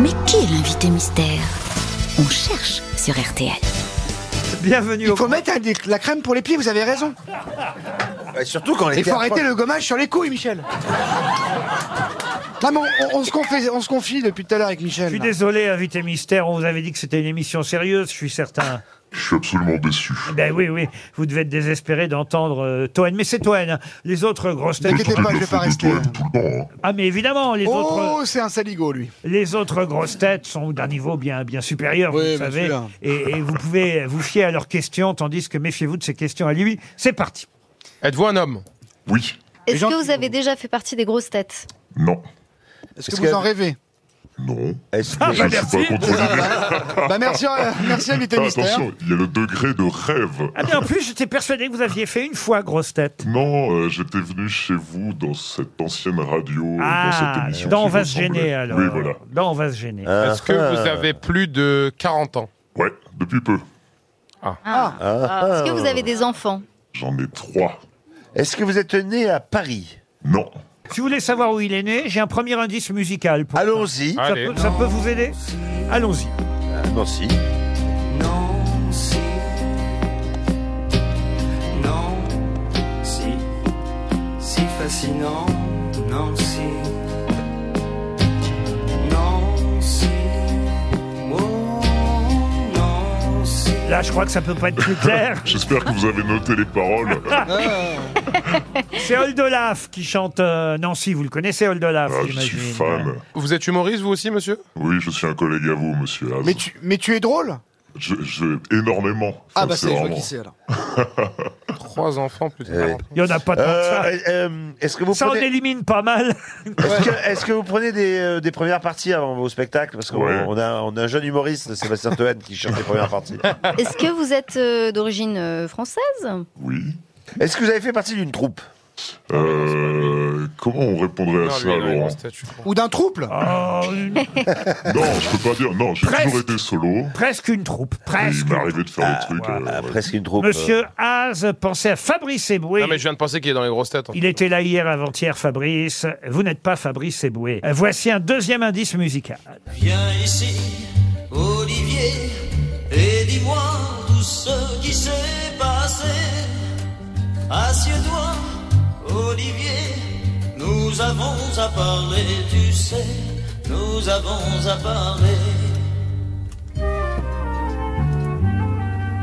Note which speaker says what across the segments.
Speaker 1: Mais qui est l'invité mystère On cherche sur RTL.
Speaker 2: Bienvenue
Speaker 3: Il
Speaker 2: au
Speaker 3: faut mettre un- des- la crème pour les pieds, vous avez raison.
Speaker 4: Bah, surtout quand on
Speaker 3: Il
Speaker 4: était
Speaker 3: faut
Speaker 4: à
Speaker 3: arrêter
Speaker 4: Prague.
Speaker 3: le gommage sur les couilles, Michel. Non, mais on, on- on se confie, on se confie depuis tout à l'heure avec Michel.
Speaker 2: Je suis
Speaker 3: là.
Speaker 2: désolé, invité mystère, on vous avait dit que c'était une émission sérieuse, je suis certain.
Speaker 5: Je suis absolument déçu.
Speaker 2: ben oui, oui, vous devez être désespéré d'entendre euh, Toen, mais c'est Toen. hein. Les autres grosses têtes.
Speaker 3: Mais qu'est-ce- T'inquiète
Speaker 5: Toutes les
Speaker 3: pas, je vais pas
Speaker 5: personnes
Speaker 3: rester,
Speaker 5: de Touraine,
Speaker 3: hein.
Speaker 5: tout le temps. hein.
Speaker 2: Ah mais évidemment, les autres. euh,
Speaker 3: Oh, c'est un saligo, lui.
Speaker 2: Les autres grosses têtes sont d'un niveau bien, bien supérieur, vous
Speaker 3: Oui,
Speaker 2: le
Speaker 3: bien
Speaker 2: savez.
Speaker 3: sûr.
Speaker 2: Et, et vous pouvez vous fier à leurs questions, tandis que méfiez-vous de ces questions à lui. C'est parti.
Speaker 6: Êtes-vous un homme
Speaker 5: Oui.
Speaker 7: Est-ce
Speaker 3: gens
Speaker 7: que
Speaker 3: qui-
Speaker 7: vous avez déjà fait partie des grosses têtes
Speaker 5: Non.
Speaker 3: Est-ce que
Speaker 4: Parce
Speaker 3: vous
Speaker 4: que-
Speaker 3: en rêvez
Speaker 5: Non.
Speaker 4: Est-ce que-
Speaker 2: Ah,
Speaker 5: Je
Speaker 2: bah,
Speaker 5: ne suis
Speaker 2: merci.
Speaker 5: pas contrôlé.
Speaker 3: Bah merci, euh, merci invité
Speaker 5: Ah,
Speaker 3: mystère.
Speaker 5: attention, il y a le degré de rêve.
Speaker 2: Ah mais en plus, j'étais persuadé que vous aviez fait une fois grosse tête.
Speaker 5: Non, euh, j'étais venu chez vous dans cette ancienne radio, dans cette
Speaker 2: Ah,
Speaker 5: émission.
Speaker 2: dans on
Speaker 5: qui
Speaker 2: va
Speaker 5: me
Speaker 2: se
Speaker 5: semblait-
Speaker 2: gêner alors.
Speaker 5: Oui, voilà. Euh.
Speaker 2: Dans on va se gêner.
Speaker 4: Ah,
Speaker 6: Est-ce que vous
Speaker 4: ah.
Speaker 6: avez plus de 40 ans
Speaker 5: Ouais, depuis peu.
Speaker 7: Ah. Est-ce que vous avez des enfants
Speaker 5: J'en ai trois.
Speaker 4: Est-ce que vous êtes né à Paris
Speaker 5: Non.
Speaker 2: Si vous voulez savoir où il est né, j'ai un premier indice musical. Pour
Speaker 4: Allons-y.
Speaker 2: Ça,
Speaker 6: Allez.
Speaker 2: peut, ça peut vous aider Allons-y.
Speaker 4: Ah, Nancy.
Speaker 8: Nancy. Nancy. Si fascinant, Nancy. Nancy. Oh, Nancy.
Speaker 2: Là, je crois que ça peut pas être plus clair.
Speaker 5: J'espère que vous avez noté les paroles. Ah,
Speaker 2: C'est Oldolaf qui chante euh, Nancy. Vous le connaissez, Oldolaf,
Speaker 5: Ah, Oh, je
Speaker 2: j'imagine.
Speaker 5: suis fan.
Speaker 6: Vous êtes humoriste, vous aussi, monsieur
Speaker 5: Oui, je suis un collègue à vous, monsieur Haas.
Speaker 3: Mais tu, mais tu es drôle
Speaker 5: Je, je- énormément.
Speaker 3: Ah
Speaker 5: Enfin,
Speaker 3: bah c'est, je vois
Speaker 5: vraiment...
Speaker 3: qui c'est alors.
Speaker 6: Trois enfants, plus de 40 ans.
Speaker 2: Il y en a pas tant que ça.
Speaker 4: Euh, euh, est-ce que vous
Speaker 2: Ça en
Speaker 4: prenez,
Speaker 2: élimine pas mal.
Speaker 4: est-ce que, est-ce que vous prenez des, euh, des premières parties avant vos spectacles Parce qu'on
Speaker 5: Ouais.
Speaker 4: on a, on a un jeune humoriste, Sébastien Toen, qui chante les premières parties.
Speaker 7: Est-ce que vous êtes euh, d'origine euh, française
Speaker 5: Oui.
Speaker 4: Est-ce que vous avez fait partie d'une troupe
Speaker 5: Euh, comment on répondrait à
Speaker 6: Non,
Speaker 5: ça,
Speaker 6: lui, il a une
Speaker 5: Laurent
Speaker 6: grosse tête, je crois.
Speaker 3: Ou d'un trouble
Speaker 2: Oh, une-
Speaker 5: Non, je peux pas dire. Non, j'ai
Speaker 2: Presque.
Speaker 5: toujours été solo.
Speaker 2: presque une troupe,
Speaker 5: Et il
Speaker 2: presque.
Speaker 5: m'est arrivé de faire des trucs.
Speaker 2: voilà.
Speaker 5: euh, ouais.
Speaker 4: Ah, Presque une troupe.
Speaker 2: Monsieur Haas, pensez à Fabrice Eboué.
Speaker 6: Non, mais je viens de penser qu'il est dans les grosses têtes. hein.
Speaker 2: Il était là hier avant-hier, Fabrice. Vous n'êtes pas Fabrice Eboué. Euh, Voici un deuxième indice musical.
Speaker 8: Viens ici, Olivier, et dis-moi tout ce qui s'est passé. Assieds-toi, Olivier, nous avons à parler, tu sais, nous avons à parler.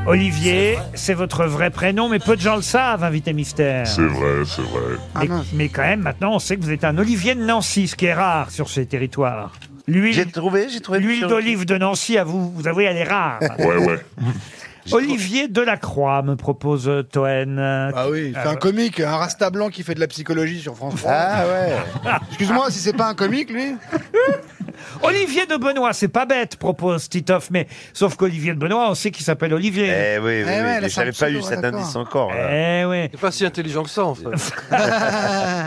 Speaker 2: Olivier, c'est votre vrai prénom, mais peu de gens le savent, invité mystère.
Speaker 5: C'est vrai, c'est vrai.
Speaker 3: Ah
Speaker 2: Mais,
Speaker 3: mince.
Speaker 2: mais quand même, maintenant, on sait que vous êtes un Olivier de Nancy, ce qui est rare sur ces territoires.
Speaker 4: euh,
Speaker 2: L'huile
Speaker 4: J'ai trouvé, j'ai trouvé.
Speaker 2: l'huile
Speaker 4: monsieur-
Speaker 2: d'olive de Nancy, à vous, vous avouez, elle est rare.
Speaker 5: Ouais, ouais.
Speaker 2: Olivier Delacroix me propose euh, Toen.
Speaker 3: Ah oui, c'est un comique, un rasta blanc qui fait de la psychologie sur France 3.
Speaker 4: Ah ouais.
Speaker 3: Excuse-moi, si c'est pas un comique, lui
Speaker 2: Olivier de Benoît, c'est pas bête, propose Titoff, mais sauf qu'Olivier de Benoît, on sait qu'il s'appelle Olivier.
Speaker 4: Eh oui,
Speaker 3: ouais,
Speaker 4: oui, oui,
Speaker 3: là,
Speaker 4: mais
Speaker 3: c'est un
Speaker 4: j'avais pas
Speaker 3: pseudo,
Speaker 4: eu cet
Speaker 3: d'accord.
Speaker 4: indice encore. là.
Speaker 2: Eh ouais.
Speaker 9: C'est pas si intelligent que ça, en fait.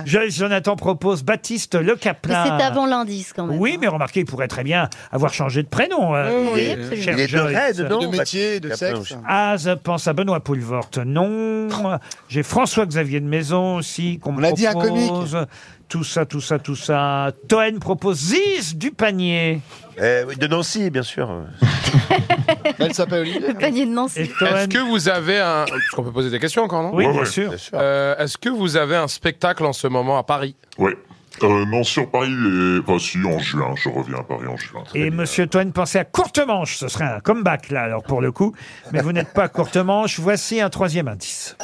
Speaker 2: Je- Jonathan propose Baptiste Le
Speaker 7: Ah. Mais
Speaker 2: Caplin.
Speaker 7: c'est avant l'indice quand même.
Speaker 2: Ah.
Speaker 7: hein.
Speaker 2: Oui, mais remarquez, il pourrait très bien avoir changé de prénom. euh,
Speaker 7: Oui,
Speaker 3: Et-
Speaker 7: absolument.
Speaker 2: cher
Speaker 4: Il est de
Speaker 2: Joyce.
Speaker 4: raid, non
Speaker 3: De métier, de
Speaker 4: Après,
Speaker 3: sexe.
Speaker 2: Az pense à Benoît Poulvort. Non. J'ai François-Xavier de Maison aussi qu'on
Speaker 3: On
Speaker 2: me
Speaker 3: l'a dit, un
Speaker 2: propose. Tout ça, tout ça, tout ça. Toen propose Ziz du panier.
Speaker 4: Eh oui, de Nancy, bien sûr.
Speaker 3: Elle Bah, s'appelle Olivier.
Speaker 7: Le panier de Nancy.
Speaker 2: Et Toen-
Speaker 6: Est-ce que vous avez un. Parce qu'on peut poser des questions encore, non
Speaker 2: Oui,
Speaker 5: Ouais,
Speaker 2: bien
Speaker 5: ouais.
Speaker 2: sûr.
Speaker 4: Bien sûr.
Speaker 6: Euh, Est-ce que vous avez un spectacle en ce moment à Paris
Speaker 5: Ouais. Euh, non, sur Paris, et... enfin, si, en juin. Je reviens à Paris en juin.
Speaker 2: Et Monsieur Toen pensait à courte manche. Ce serait un comeback là, alors pour le coup. Mais vous n'êtes pas courte manche. Voici un troisième indice.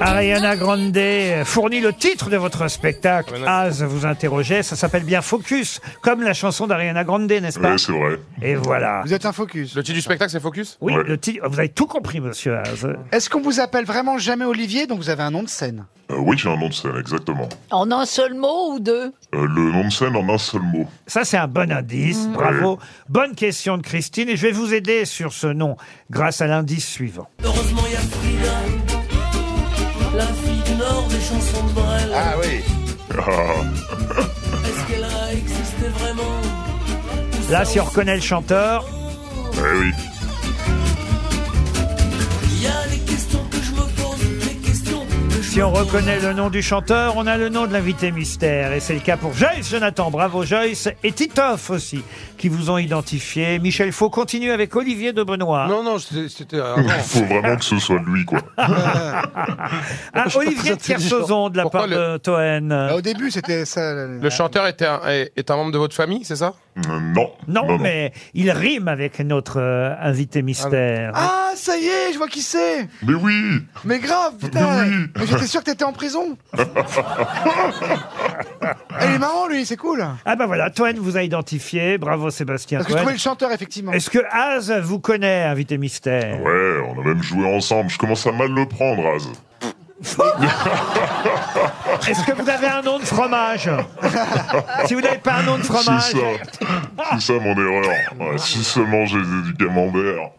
Speaker 2: Ariana Grande fournit le titre de votre spectacle. Az vous interrogeait. Ça s'appelle bien Focus, comme la chanson d'Ariana Grande, n'est-ce pas
Speaker 5: Ouais, c'est vrai.
Speaker 2: Et voilà.
Speaker 3: Vous êtes un focus.
Speaker 6: Le titre du spectacle, c'est Focus
Speaker 2: Oui,
Speaker 5: Ouais.
Speaker 2: le titre. Vous avez tout compris, Monsieur Az.
Speaker 3: Est-ce qu'on vous appelle vraiment jamais Olivier, donc vous avez un nom de scène
Speaker 5: Euh, oui, j'ai un nom de scène, exactement.
Speaker 10: En un seul mot ou deux
Speaker 5: Euh, le nom de scène en un seul mot.
Speaker 2: Ça, c'est un bon indice. Bravo. Bonne question de Christine. Et je vais vous aider sur ce nom grâce à l'indice suivant.
Speaker 8: Heureusement, il y a Frida. La fille du Nord des chansons de Brel.
Speaker 4: Ah oui.
Speaker 5: Ah,
Speaker 8: Est-ce qu'elle a existé vraiment
Speaker 2: Là, si on reconnaît le chanteur,
Speaker 5: eh oui.
Speaker 8: Il y a des questions que je me pose, des questions que je
Speaker 2: si
Speaker 8: me
Speaker 2: on
Speaker 8: pose.
Speaker 2: reconnaît le nom du chanteur, on a le nom de l'invité mystère. Et c'est le cas pour Joyce Jonathan. Bravo Joyce et Titoff aussi, qui vous ont identifié. Michel Faux continue avec Olivier de Benoît.
Speaker 6: Non, non, c'était c'était avant.
Speaker 5: Il faut vraiment que ce soit lui, quoi.
Speaker 2: Ah,
Speaker 3: Je suis pas
Speaker 2: Olivier de
Speaker 3: très intelligent.
Speaker 2: Kersauzon de la
Speaker 6: Pourquoi
Speaker 2: part
Speaker 6: le-
Speaker 2: de Toen.
Speaker 3: Ah, Au début, c'était ça. la- la-
Speaker 6: Le chanteur était un, est, est un membre de votre famille, c'est ça
Speaker 5: Euh, non.
Speaker 2: Non, mais il rime avec notre euh, invité mystère.
Speaker 3: Ah, ça y est, je vois qui c'est.
Speaker 5: Mais oui
Speaker 3: Mais grave, putain.
Speaker 5: Oui.
Speaker 3: Mais j'étais sûr que t'étais en prison. Eh, Il est marrant, lui, c'est cool.
Speaker 2: Ah bah voilà, Toen vous a identifié. Bravo Sébastien
Speaker 3: Parce que je trouvais
Speaker 2: Toen.
Speaker 3: le chanteur, effectivement.
Speaker 2: Est-ce que Az vous connaît, invité mystère
Speaker 5: Ouais, on a même joué ensemble. Je commence à mal le prendre, Az.
Speaker 2: Est-ce que vous avez un nom de fromage Si vous n'avez pas un nom de fromage,
Speaker 5: C'est ça. C'est ça mon erreur. Ouais, si seulement j'avais du camembert.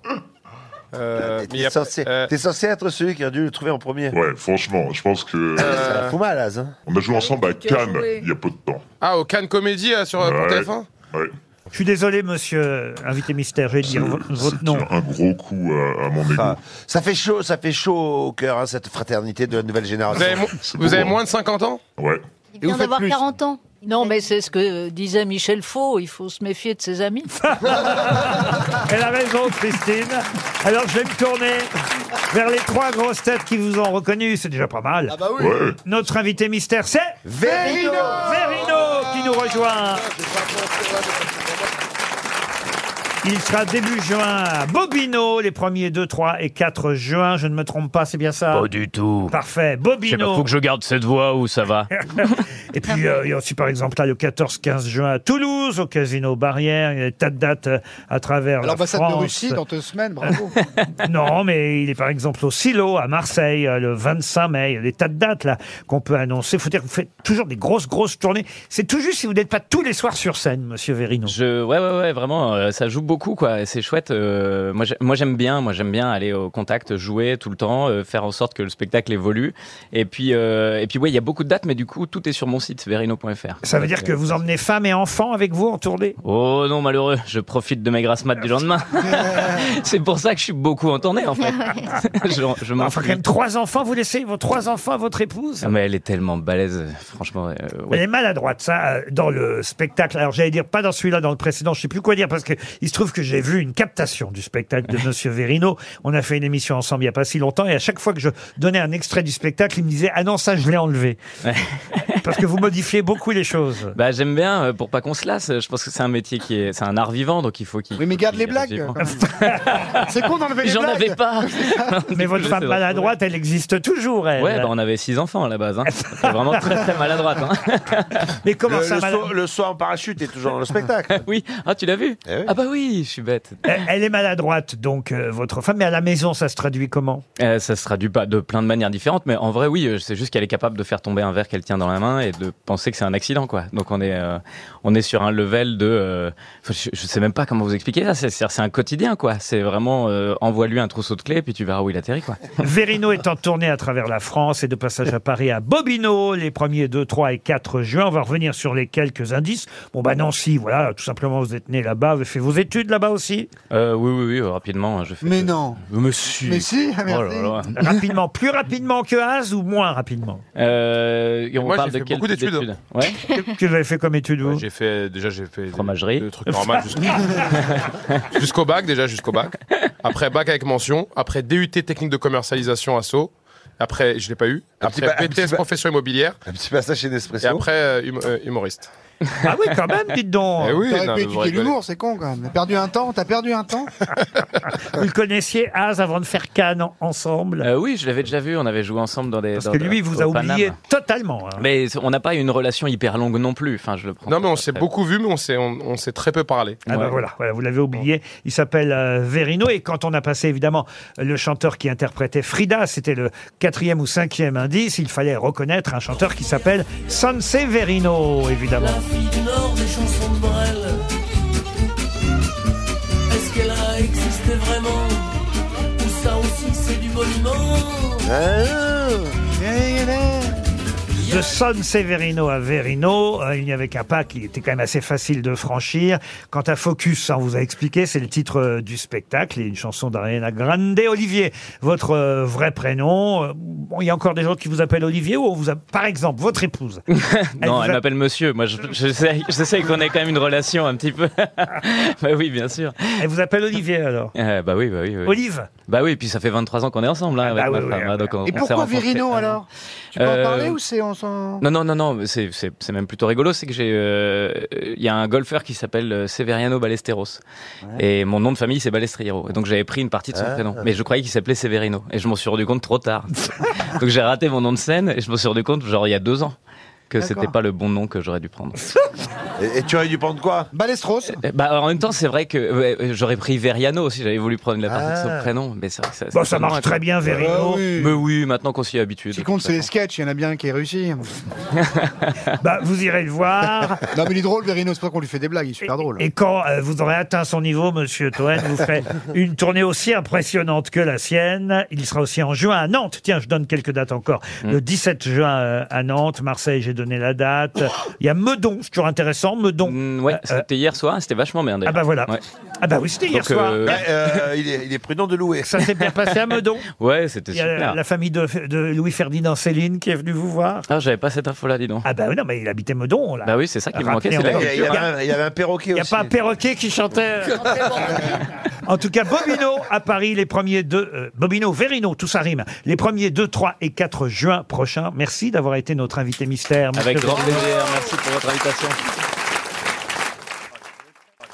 Speaker 6: Euh, mais il y
Speaker 4: T'es
Speaker 6: a-
Speaker 4: censé,
Speaker 6: euh,
Speaker 4: t'es censé être celui qui a dû le trouver en premier.
Speaker 5: Ouais, franchement, je pense que.
Speaker 2: Euh.
Speaker 4: Ça fout mal, Az, hein.
Speaker 5: On a joué ensemble à
Speaker 10: tu as
Speaker 5: Cannes
Speaker 10: joué.
Speaker 5: il y a peu de temps.
Speaker 6: Ah, au Cannes Comédie euh, sur euh, pour
Speaker 5: Ouais.
Speaker 6: TF1
Speaker 5: Ouais.
Speaker 2: je suis désolé, monsieur invité mystère, je vais dire vo- votre
Speaker 5: C'est
Speaker 2: nom.
Speaker 5: un gros coup euh, à, à mon égo.
Speaker 4: Enfin, ça fait chaud, ça fait chaud au cœur, hein, cette fraternité de la nouvelle
Speaker 6: Vous avez,
Speaker 4: génération.
Speaker 6: mo-
Speaker 5: C'est
Speaker 6: vous avez
Speaker 5: beau, hein.
Speaker 6: moins de 50 ans
Speaker 5: Ouais.
Speaker 3: Et
Speaker 7: Il
Speaker 3: vous
Speaker 7: vient
Speaker 3: faites
Speaker 7: d'avoir
Speaker 3: plus.
Speaker 7: 40 ans.
Speaker 10: Non, mais c'est ce que euh, disait Michel Faux, il faut se méfier de ses amis.
Speaker 2: Elle a raison, Christine. Alors je vais me tourner vers les trois grosses têtes qui vous ont reconnu, c'est déjà pas mal.
Speaker 5: Ouais.
Speaker 2: Notre invité mystère, c'est
Speaker 4: Vérino
Speaker 2: Verino qui nous rejoint. Il sera début juin à Bobino, les premiers 2, 3 et 4 juin. Je ne me trompe pas, c'est bien ça
Speaker 9: Pas du tout.
Speaker 2: Parfait,
Speaker 9: Je sais pas,
Speaker 2: Bobino.
Speaker 9: faut que je garde cette voix ou ça va
Speaker 2: Et puis, euh, il y a aussi, par exemple, là, le 14-15 juin à Toulouse, au Casino Barrière. Il y a des tas de dates euh, à travers la
Speaker 3: L'ambassade
Speaker 2: France.
Speaker 3: de Russie dans deux semaines, bravo.
Speaker 2: Non, mais il est par exemple au Silo, à Marseille, euh, le 25 mai. Il y a des tas de dates là qu'on peut annoncer. faut dire que vous faites toujours des grosses, grosses tournées. C'est tout juste si vous n'êtes pas tous les soirs sur scène, monsieur Verino.
Speaker 9: Je ouais ouais ouais vraiment euh, ça joue beaucoup quoi, c'est chouette. euh, moi j'ai- moi j'aime bien, moi j'aime bien aller au contact, jouer tout le temps, euh, faire en sorte que le spectacle évolue et puis euh, et puis ouais, il y a beaucoup de dates mais du coup tout est sur mon site verino.fr.
Speaker 2: Ça veut dire
Speaker 9: Donc,
Speaker 2: que
Speaker 9: euh,
Speaker 2: vous emmenez femmes et enfants avec vous en tournée
Speaker 9: Oh non malheureux, je profite de mes grasses maths du lendemain. c'est pour ça que je suis beaucoup en tournée en fait. je je m'en
Speaker 2: Enfin, quand même, trois enfants, vous laissez vos trois enfants à votre épouse
Speaker 9: Ah, mais elle est tellement balèze, franchement. euh, ouais.
Speaker 2: Elle est maladroite, ça, euh, dans le spectacle. Alors, j'allais dire, pas dans celui-là, dans le précédent, je sais plus quoi dire, parce que il se trouve que j'ai vu une captation du spectacle de Monsieur Verino. On a fait une émission ensemble il y a pas si longtemps, et à chaque fois que je donnais un extrait du spectacle, il me disait, ah non, ça, je l'ai enlevé. parce que vous modifiez beaucoup les choses.
Speaker 9: Bah, j'aime bien, euh, pour pas qu'on se lasse. Je pense que c'est un métier qui est, c'est un art vivant, donc il faut qu'il.
Speaker 3: Oui, mais garde les blagues. quand même. c'est con d'enlever les
Speaker 9: J'en
Speaker 3: blagues.
Speaker 9: avais pas.
Speaker 2: Mais votre femme maladroite, elle existe toujours, elle.
Speaker 9: Ouais, bah, on avait six enfants à la base. Hein. C'était vraiment très très maladroite. Hein.
Speaker 2: Mais comment
Speaker 4: Le,
Speaker 2: ça, hein,
Speaker 4: le
Speaker 2: malade-
Speaker 4: saut- le saut en parachute est toujours dans le spectacle.
Speaker 9: Oui. Ah, tu l'as vu
Speaker 4: Eh oui.
Speaker 9: Ah bah oui, je suis bête.
Speaker 2: Elle elle est maladroite, donc, euh, votre femme, mais à la maison, ça se traduit comment
Speaker 9: Euh, ça se traduit pas de plein de manières différentes, mais en vrai, oui, euh, c'est juste qu'elle est capable de faire tomber un verre qu'elle tient dans la main et de penser que c'est un accident, quoi. Donc on est, euh, on est sur un level de, euh, enfin, je, je sais même pas comment vous expliquer ça. C'est, c'est un quotidien, quoi. C'est vraiment euh, envoie-lui un trousseau de clés, puis tu verras où il atterrit, quoi.
Speaker 2: Verino est en tournée à travers la France et de passage à Paris à Bobino les premiers 2, 3 et 4 juin. On va revenir sur les quelques indices. Bon, bah Nancy, voilà, tout simplement, vous êtes né là-bas, vous avez fait vos études là-bas aussi.
Speaker 9: Euh, oui, oui, oui, euh, rapidement, je fais.
Speaker 3: Mais non.
Speaker 9: Mais si.
Speaker 3: Mais si, ah,
Speaker 9: Oh
Speaker 3: merci.
Speaker 9: là là.
Speaker 2: Rapidement, plus rapidement que Haas ou moins rapidement
Speaker 9: Euh, on
Speaker 6: Moi,
Speaker 9: parle
Speaker 6: j'ai
Speaker 9: de
Speaker 6: fait
Speaker 9: quel
Speaker 6: beaucoup
Speaker 9: type
Speaker 6: d'études. hein.
Speaker 9: Ouais.
Speaker 2: Que vous avez fait comme études, vous
Speaker 6: Bah, J'ai fait déjà j'ai fait des-
Speaker 9: Fromagerie.
Speaker 6: des trucs normaux jusqu'au jusqu'au bac déjà jusqu'au bac. Après bac avec mention, après DUT technique de commercialisation à Sceaux. Après je l'ai pas eu.
Speaker 4: Un petit
Speaker 6: Après
Speaker 4: ba- un petit
Speaker 6: BTS
Speaker 4: ba-
Speaker 6: profession immobilière
Speaker 4: Un petit passage chez Nespresso.
Speaker 6: et après euh, hum- euh, humoriste.
Speaker 2: Ah oui, quand même, dites
Speaker 4: Oh,
Speaker 2: donc
Speaker 6: Eh oui,
Speaker 3: T'aurais
Speaker 6: non,
Speaker 3: pu
Speaker 6: mais vous
Speaker 3: étudier
Speaker 6: rigolez.
Speaker 3: l'humour, c'est con quand même. T'as perdu un temps, t'as perdu un temps.
Speaker 2: Vous le connaissiez, Haas, avant de faire Cannes en- ensemble
Speaker 6: Eh
Speaker 9: Euh, oui, je l'avais déjà vu. On avait joué ensemble dans des.
Speaker 2: Parce
Speaker 9: dans
Speaker 2: que
Speaker 9: des-
Speaker 2: lui, il vous a
Speaker 9: au Paname.
Speaker 2: oublié totalement. hein.
Speaker 9: Mais on n'a pas une relation hyper longue non plus. Enfin, je le prends.
Speaker 6: Non mais on
Speaker 9: très-
Speaker 6: s'est beaucoup vu mais on s'est on, on s'est très peu parlé.
Speaker 2: Ah bah
Speaker 9: Ouais.
Speaker 2: voilà, voilà, vous l'avez oublié. Il s'appelle euh, Verino et quand on a passé évidemment le chanteur qui interprétait Frida, c'était le quatrième ou cinquième indice, il fallait reconnaître un chanteur qui s'appelle Sanse Verino évidemment.
Speaker 8: La fille du Nord des chansons de Brel. Est-ce qu'elle a existé vraiment Ou ça aussi c'est du monument
Speaker 4: Ah,
Speaker 2: De San Severino à Verino, euh, il n'y avait qu'un pas qui était quand même assez facile de franchir. Quant à Focus, hein, on vous a expliqué, c'est le titre euh, du spectacle et une chanson d'Ariana Grande. Olivier, votre euh, vrai prénom. euh, bon, il y a encore des gens qui vous appellent Olivier ou on vous a, par exemple, votre épouse.
Speaker 9: Non,
Speaker 2: vous
Speaker 9: elle
Speaker 2: a-
Speaker 9: m'appelle monsieur. Moi, je- j'essaie j'essaie qu'on ait quand même une relation un petit peu. bah oui, bien sûr.
Speaker 2: Elle vous appelle Olivier alors
Speaker 9: Euh, bah oui, bah oui, oui.
Speaker 2: Olive
Speaker 9: Bah oui, puis ça fait 23 ans qu'on est ensemble là, avec
Speaker 2: bah
Speaker 9: ma
Speaker 2: oui,
Speaker 9: femme.
Speaker 2: oui,
Speaker 9: hein,
Speaker 2: oui.
Speaker 9: donc on-
Speaker 3: Et
Speaker 9: on s'est
Speaker 3: pourquoi
Speaker 9: rencontrés.
Speaker 3: Virino alors Tu peux en
Speaker 9: Euh,
Speaker 3: parler ou c'est on s'en.
Speaker 9: Non, non, non, non, mais c'est c'est- c'est même plutôt rigolo, c'est que j'ai... euh, Il y a un golfeur qui s'appelle euh, Severiano Ballesteros. Et mon nom de famille, c'est Balestriero. Et donc j'avais pris une partie de son prénom. Mais je croyais qu'il s'appelait Severino. Et je m'en suis rendu compte trop tard. donc j'ai raté mon nom de scène et je m'en suis rendu compte, genre, il y a deux ans, que c'était
Speaker 3: D'accord.
Speaker 9: pas le bon nom que j'aurais dû prendre.
Speaker 4: Et, et tu aurais dû prendre quoi
Speaker 3: Balestros
Speaker 9: Eh, Bah, alors, en même temps, c'est vrai que ouais, euh, j'aurais pris Veriano aussi, j'avais voulu prendre la partie de
Speaker 4: Ah.
Speaker 9: son prénom. Mais c'est vrai que ça,
Speaker 2: Bon,
Speaker 9: c'est
Speaker 2: ça marche
Speaker 9: vraiment-
Speaker 2: très bien, Verino.
Speaker 3: Ah oui.
Speaker 9: Mais oui, maintenant qu'on s'y est habitué.
Speaker 3: Ce
Speaker 9: de
Speaker 3: qui compte,
Speaker 9: toute
Speaker 3: c'est les
Speaker 9: façon.
Speaker 3: sketchs. Il y en a bien qui est réussi.
Speaker 2: Bah, vous irez le voir.
Speaker 3: Non, mais il est drôle, Verino. C'est pas qu'on lui fait des blagues. Il est super drôle. hein.
Speaker 2: Et quand euh, vous aurez atteint son niveau, monsieur Toen, vous ferez une tournée aussi impressionnante que la sienne. Il sera aussi en juin à Nantes. Tiens, je donne quelques dates encore.
Speaker 9: Hmm.
Speaker 2: Le 17 juin euh, à Nantes, Marseille, j'ai donné la date. Il y a Meudon, c'est toujours intéressant, Meudon.
Speaker 9: Mm, ouais,
Speaker 2: Euh,
Speaker 9: c'était hier soir, c'était vachement bien
Speaker 2: ah
Speaker 9: d'ailleurs.
Speaker 2: bah voilà.
Speaker 9: Ouais.
Speaker 2: Ah bah oui, c'était hier
Speaker 9: Donc,
Speaker 2: soir.
Speaker 9: euh,
Speaker 4: Bah, euh, il, est, il est prudent de louer.
Speaker 2: Ça s'est bien passé à Meudon.
Speaker 9: Ouais, c'était
Speaker 2: Il y a
Speaker 9: super.
Speaker 2: la famille de, de Louis-Ferdinand Céline qui est venue vous voir.
Speaker 9: Ah, j'avais pas cette info-là, dis donc.
Speaker 2: Ah bah oui, non, mais il habitait Meudon, là.
Speaker 9: Bah oui, c'est ça qui me manquait, c'est
Speaker 2: Rappelez
Speaker 9: la
Speaker 2: encore.
Speaker 4: Il y, a- il y
Speaker 9: culture.
Speaker 4: avait un, il y avait un perroquet
Speaker 2: Il n'y a
Speaker 4: aussi.
Speaker 2: pas un perroquet qui chantait. en tout cas, Bobino à Paris, les premiers deux. euh, Bobino, Verino, tout ça rime. Les premiers 2, 3 et 4 juin prochains. Merci d'avoir été notre invité mystère.
Speaker 9: Avec
Speaker 2: monsieur
Speaker 9: grand
Speaker 2: Verino.
Speaker 9: plaisir, merci pour votre invitation.